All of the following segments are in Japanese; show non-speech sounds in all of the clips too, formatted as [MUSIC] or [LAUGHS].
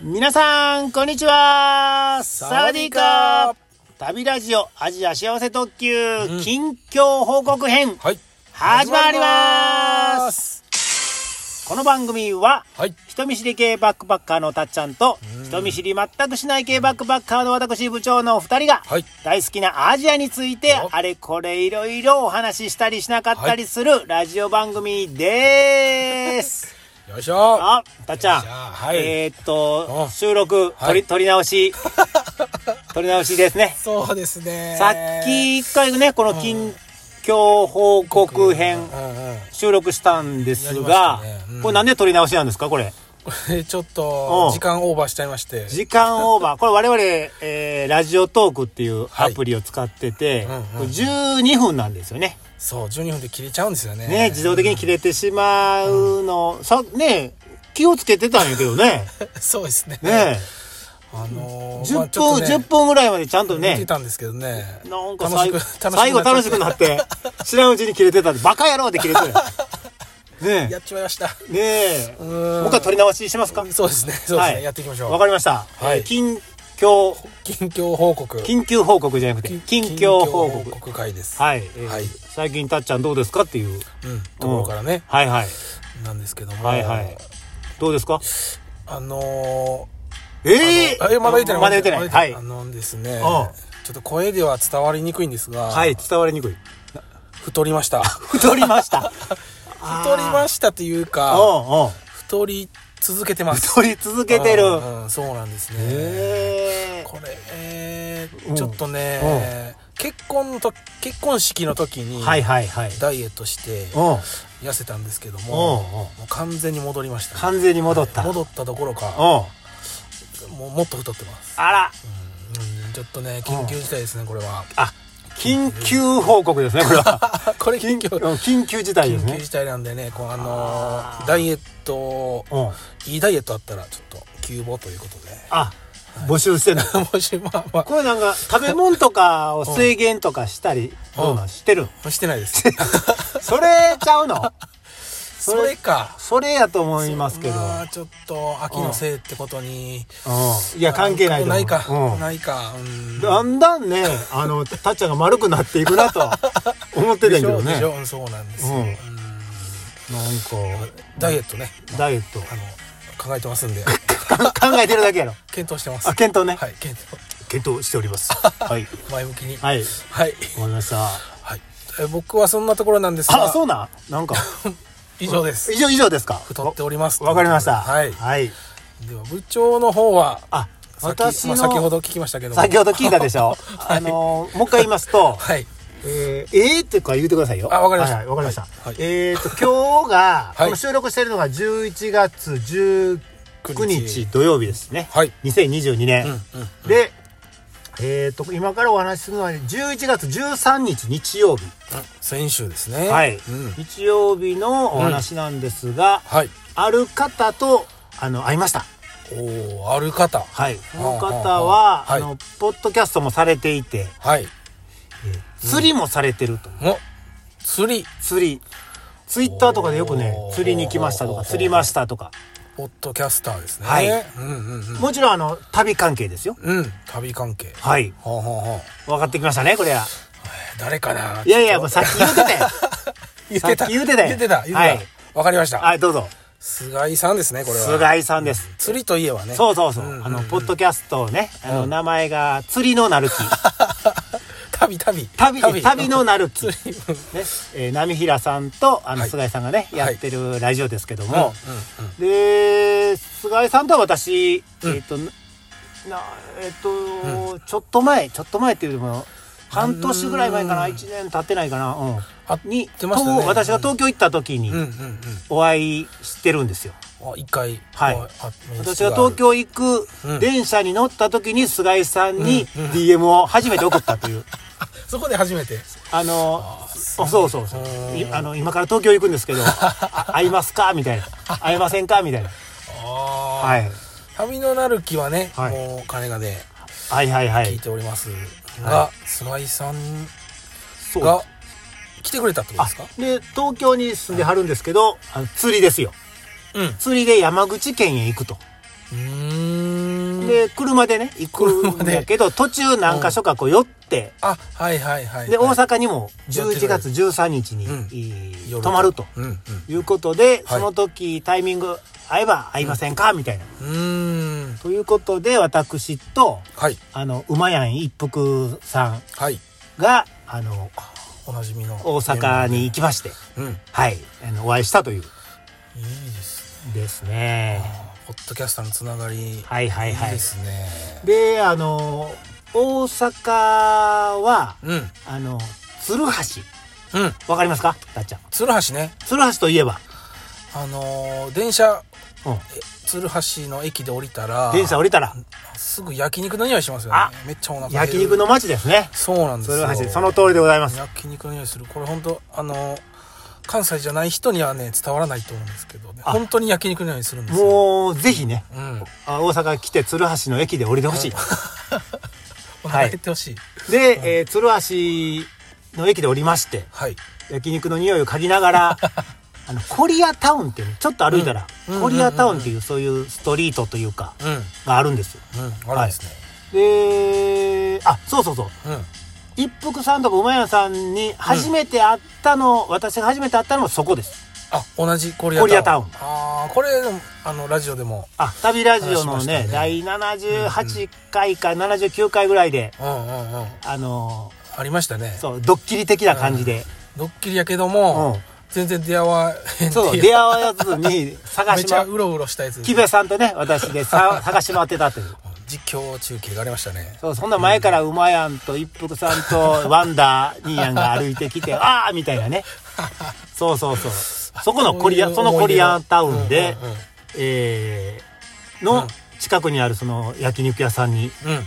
皆さん、こんにちはサワディーカー旅ラジオアジア幸せ特急、ん近況報告編、はい。始まりますこの番組は、はい。人見知り系バックパッカーのたっちゃんと、人見知り全くしない系バックパッカーの私部長の二人が、はい大好きなアジアについてお、あれこれいろいろお話ししたりしなかったりするラジオ番組です。よいしょ。あ、たっちゃん。じゃあはいえーっと、うん収録、はい撮り、撮り直 [LAUGHS] し、撮り直しですね。そうですね。さっき一回ね、この近況報告編、うんうん。収録したんですやが、りましたねうんこれなんで撮り直しなんですかこれ。これ [LAUGHS] ちょっうとん時間オーバーしちゃいまして。時間オー [LAUGHS] バー。これ我々、えーラジオトークっていうアプリを使ってて、はいうんうんうんこれ12分なんですよね。そう、12分で切れちゃうんですよね。ね、自動的に切れてしまうの、さ、ね、気をつけてたんやけど [LAUGHS] ね。そうですね。ね、あのー、まあ10ちょっ分、とね10分ぐらいまでちゃんと見てね、たんですけどね。なんか楽最し後く、最後楽しくなっって、知らんうちに切れてたんで、バカ野郎って切れ [LAUGHS] てる。ねてやっちまいました。え、ねえ、うもーんう一回取り直ししますかそうですね。そうですね。やっていきましょわうか。りました。はいえー近況、近況報告。緊急報告じゃなくて、近況報告。告会です。はい、えーはい最近たっちゃんどうですかっていううん。ところからね。はいはいなんですけども。はいはいどうですかあのー、えあえまだ言ってないまだ言ってないはいあのですねんちょっと声では伝わりにくいんですが、はい伝わりにくい太りました太りました [LAUGHS] 太りましたといううかんうん太り続けてます太り続けてるうんうんそうなんですねえこれ、えーうんちょっとね結婚のと結婚式の時えにはいはいはいダイエットしてうんうん痩せたんですけどもうんもう完全に戻りましたね完全に戻った戻ったどころうかんもうもっと太ってますあらうんちょっとね緊急事態ですねこれはあ緊急報告ですねこれ [LAUGHS] はこれ緊緊急急緊急事態です緊ね急事態なんでね、こうあのあーーダイエット、うんいいダイエットあったら、ちょっと、急募ということで。 [LAUGHS] あ募集して [LAUGHS] ないもし、まあまこれなんか食べ物とかを制限とかしたりどうなんしてるんあ、してな [LAUGHS] いです。それちゃうのそれか。それやと思いますけど。まあ、ちょっと、秋のせいってことに。うんいや、関係ないと思うないか、うんないか。うんだんだんね、あの、たっちゃんが丸くなっていくなとは思ってたんやけどね。でしなんか、ょでしょうんそうなんですうよ、んうんダイエットね、ダイエット。あの、考えてます [LAUGHS] んで、か考えてるだ [LAUGHS] けやろ。検討してます。あ、検討ね。はい、検討。検討しており [LAUGHS] ます。はい。前向きに。はい。はい。わかりました。はいえ僕はそんなところなんですが、あ、そうなんなんか、以上です。以上、以上ですか太っております。わかりました。はい。はい。では部長の方はあ、さっき私まの、あ先ほど聞きましたけども。先ほど聞いたでしょ [LAUGHS] はいあの、もう一回言いますと、 [LAUGHS] はいえー、えー、ってか言うてくださいよ。あわかりましたはいはいわ、かりました。はいえー、と、今日が、はいこの収録してるのが11月19日土曜日ですね。はい2022年。うんうんで、えー、と、今からお話しするのは11月13日日曜日。先週ですねはい、うん日曜日のお話なんですが、はいある方と、あの、会いました。おおある方はい。この方はあはは、あはあいの、ポッドキャストもされていて、はい釣りもされてると。お釣り釣りツイッターとかでよくねおー釣りに行きましたとおかー釣りましたとかポッドキャスターですねはいうんうんうんもちろんあの旅関係ですようん旅関係はいほうほうほう分かってきましたねこれは誰かないやいやもうさっき言うてたよ [LAUGHS] 言ってさたっき言うてたよ言ってた言はっいてたわかりましたはいどうぞ菅井さんですねこれは菅井さんです釣りといえばねそうそうそううんうんうんあのポッドキャストをねあの名前が釣りのなる木旅 [LAUGHS] 旅旅旅のなる木ね [LAUGHS] 釣りうんえー波平さんとあのはい菅井さんがねいやってるラジオですけどもうんうんで菅井さんとは私、うんえっ、となえっ、と、ちょっと前ちょっと前っていうよりも半年ぐらい前かなうん1年経ってないかな、うん、あに、出ましたねと私が東京行った時うんうにんうんお会いしてるんですよ。あ一回はいああ私が東京行くうん電車に乗った時に菅井さんにうんうん DM を初めて送ったと [LAUGHS] いう。そこで初めてあのああそうそうそううんいあの今から東京行くんです [LAUGHS] けどあ会いますかみたいな会えませんかみたいな、は、はい旅のなる木はね、はいもう金がではいはいはい聞いておりますが、は菅井さんそうが来てくれたってことあですかで東京に住んではるんですけど、あの釣りですようん釣りで山口県へ行くとうーんで車でね行く車んでだけど途中何か所かこう寄って、あはいはいはいはいで大阪にもやっ11てたね月13日に、うんえー夜泊まるとうんうんいうことで、その時タイミング合えば合いませんか、みたいな。うーんということで私とはいあの馬やん一服さはいんがあのおなじみの大阪に行きまして、うんいいはいあのお会いしたというですねですね。ポッドキャスターのつながりはいはいはいいですねであの大阪はうんあの鶴橋うんわかりますかたっちゃん鶴橋ね鶴橋といえば、あのー電車うん、え鶴橋の駅で降りたら電車降りたらすぐ焼肉の匂いしますよねあめっちゃお腹減る焼肉の街ですねそうなんです鶴よ橋その通りでございます焼肉の匂いするこれ本当あの関西じゃない人にはね伝わらないと思うんですけどねあ本当に焼肉の匂いするんですよもうぜひねう、ん、あ大阪来て鶴橋の駅で降りてほしいお腹減ってほしいで、えー鶴橋の駅で降りましてはい、焼肉の匂いを嗅ぎなが [LAUGHS] らあのコリアタウンっていうちょっと歩いたら、うんうんコリアタウンっていうそういうストリートというかうんがあるんですようんあるんですでね、あそうそうそう一服さんとか馬屋さんに初めて会ったの、私が初めて会ったのもそこですうんあ同じコリアタウコンリアタウンああこれでもあのラジオでもあ旅ラジオの話しましねたね第78回か79回ぐらいで、うんうんうんあのありましたねーそうドッキリ的な感じで、ドッキリやけども、うん全然出会わへんってそうい出会わずに探めしちまゃうろうろしたやつ木部さんとね私で [LAUGHS] さ探し回ってたという実況中継がありましたねそうそんな前から馬やんと一服さんとワンダーニーヤンが歩いて [LAUGHS] きてああみたいなねそうそうそうそこのコリアそそういうの思コい出リアタウンで、うんうんうんえーうのん近くにあるその焼肉屋さんにうん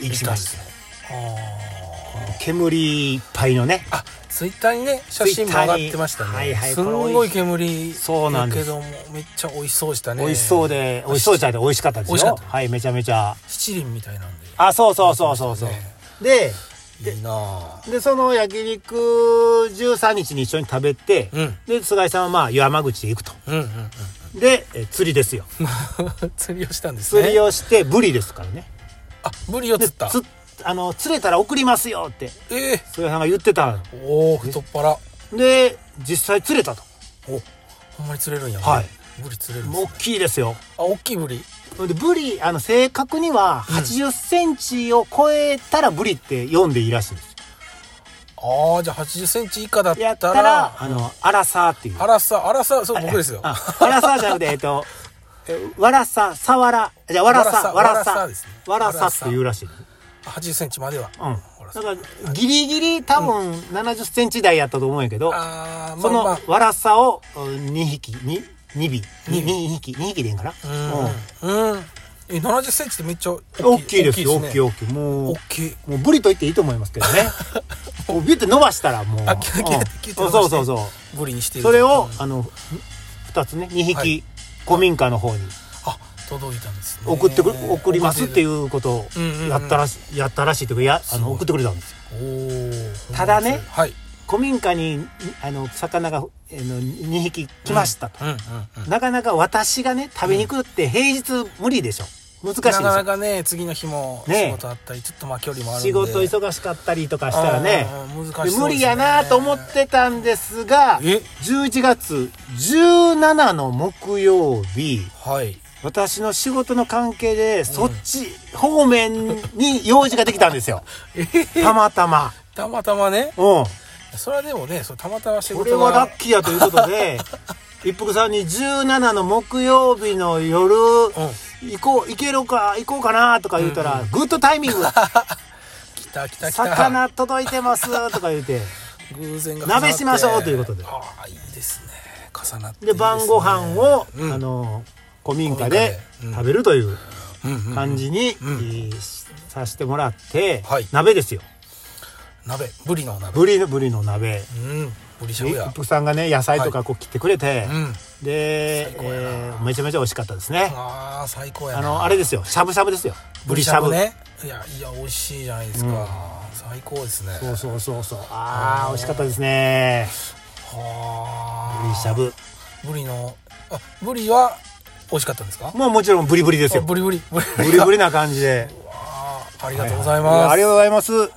行きましたあー煙いっぱいのねあツイッターにね写真も上がってましツイッタたね、ーにはいはいすんごい煙そうなんですだけどもめっちゃ美味しそうでしたね美味しそうで美味しそうじゃなくて美味しかったで美味すしかよったはいめちゃめちゃ七輪みたいなんであそうそうそうそうそうねでいいなあでその焼肉13日に一緒に食べて、うんで菅井さんはまあ山口へ行くとうんうんうんでえ釣りですよ釣りをしたんですね釣りをしてブリですからねあブリをで釣った釣っあの釣れたら送りますよってええ菅井さんが言ってたおお太っ腹ので実際釣れたとおほんまに釣れるんやね、はいブリ釣れるんですもうね大きいですよあ大きいブリでブリあの正確には8 0ンチを超えたらブリって読んでいいらしいんですよああじゃあ8 0ンチ以下だったらやったらあのアラサーっていうあらさあらさそう僕ですよあワラサじゃなくて、えっと、えわらさ、さわら、じゃあわらさ、わわららさわさらさですね、わらさっていうらしい。 8 0ンチまでうは、ん。だほらから、ギリギリ多分70センチ台やったと思うんやけど、ああまそあのまあわらさを2匹、に2匹、2匹、2匹でいいんかなうん。うん、うん、え70センチってめっちゃ大きいですよ、大きい大きい大きい。もう大、きいもうブリと言っていいと思いますけど [LAUGHS] ね。こうビュって伸ばしたらもう。あキュッキュッうんキュッてそ伸ばうしそてうそうそブリにしてう。るそれをうん、あの、2つね、2匹、はい古民家の方に。あ届いたんですね送ってくる送りますっていううことをうんうんうんやったらし、やったらしいというかやあすごのい送ってくれたんですよおーただねはい古民家にあの魚があの2匹来ましたと、うんうんうんなかなか私がね食べに行くって平日無理でしょ難しいでなすかよなかね次の日もねえ仕事あったりちょっとまあ距離もあるんで仕事し忙しかったりとかしたらね難しでい無理やなと思ってたんですがえ11月17の木曜日はい私の仕事の関係でそっち方面に用事ができたんですよたまたま。たまたまねうんそれはでもねそうたまたま仕これ事はラがッキーやということ [LAUGHS] で一服さんに17の木曜日の夜、行こう行けるか行こうかなとか言うたら、グッドタイミング [LAUGHS] 来た来た来た魚届いてますとか言うて偶然が鍋しましょうということでああいいですね重なっていでいすね晩ご飯を、うんあの古民家古民で家でうん食べるといううんうんうん感じに、うんうんえーしさせてもらって、はい鍋ですよ鍋ブリの鍋ぶりのぶりの鍋うんブリしゃでぶ一や服さんがね野菜とかこう切ってくれて、うんで、えーめちゃめちゃ美味しかったですね、ああ最高やあなの、あれですよ、しゃぶしゃぶですよ。ぶりしゃぶ。ねいやいや美味しいじゃないですか最高ですねそうそうそうそう。ああ、美味しかったですね。ぶりはしゃぶ。あブリのあブリは美味しかったんですかもうもちろんブリブリですあよブリブリブリブリブリな感じで [LAUGHS] あーありがとうございます、ありがとうございますうん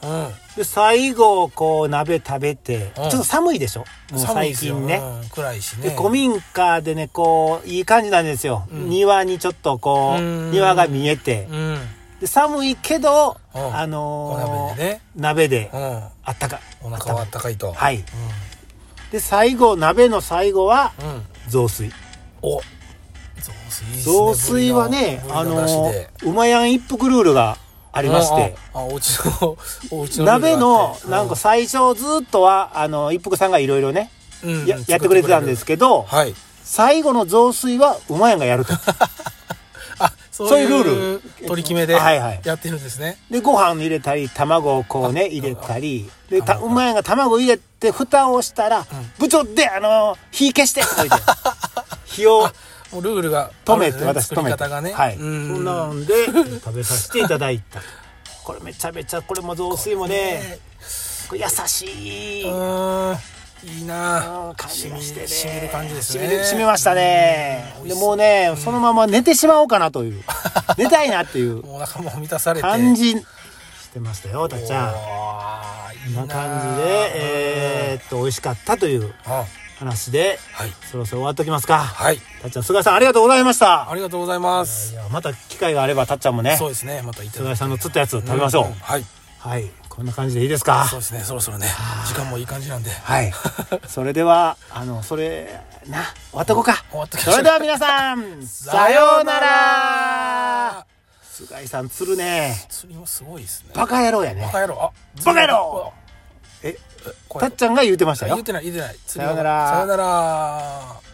で最後こう鍋食べて、ちょっと寒いでしょもう寒い最ですよ近ね、うん暗いしねで古民家でねこういい感じなんですよ、庭にちょっとこううん庭が見えてうんで寒いけど、うんあおのー鍋でね鍋でうんあったかお腹はあったかいとはいいで最後鍋の最後はうん、うん、雑炊お雑炊いいですね雑炊はねぶりのあぶり出汁のでうまやん一服ルールがありましてあああお家のお家のルールがあっ [LAUGHS] て鍋のなんか最初ずっとはあの一服さんがいろいろねうんやうんやってくれてたんですけどはい最後の雑炊はうまやんがやるとあそういうルール取り決めではいはいやってるんですねでご飯入れたり卵をこうね入れたりでたうまやんが卵入れて蓋をしたら「部長であの火消して」とか [LAUGHS] 言って火をもうルールがあ止るんでめすて、私止ね作りめて方がねはい、うんそんなんで [LAUGHS] 食べさせていただいたこれめちゃめちゃこれも雑炊もねこれ優しい、ううんーんいいなあ感じがしてねしみしみる感じですねしみるしみましたねうん美味でしもそうね、そのまま寝てしまおうかなという寝たいなって [LAUGHS] いうもうお腹も満たされて感じしてましたよたっちゃんあいいこんな感じあでえーっと美味しかったというあ話ではいそろそろ終わっときますかはいたっちゃん菅井さんありがとうございましたありがとうございますいやまた機会があればたっちゃんもねそうですねまたいた菅だ井きさんの釣ったやつ食べましょう、んはいはい、こんな感じでいいですか。そうですねそろそろね時間もいい感じなん [LAUGHS] ではい、それでは、あの、それ、な、終わっとこうか。終わっときましょうそれでは、皆さん、 [LAUGHS] さようなら。菅井さん、釣るね。釣りもすごいですねバカ野郎やバね。カ野郎あバカ野郎え、こたれっちゃんが言うてました言よっ。てない言ってない釣りさようならさようなら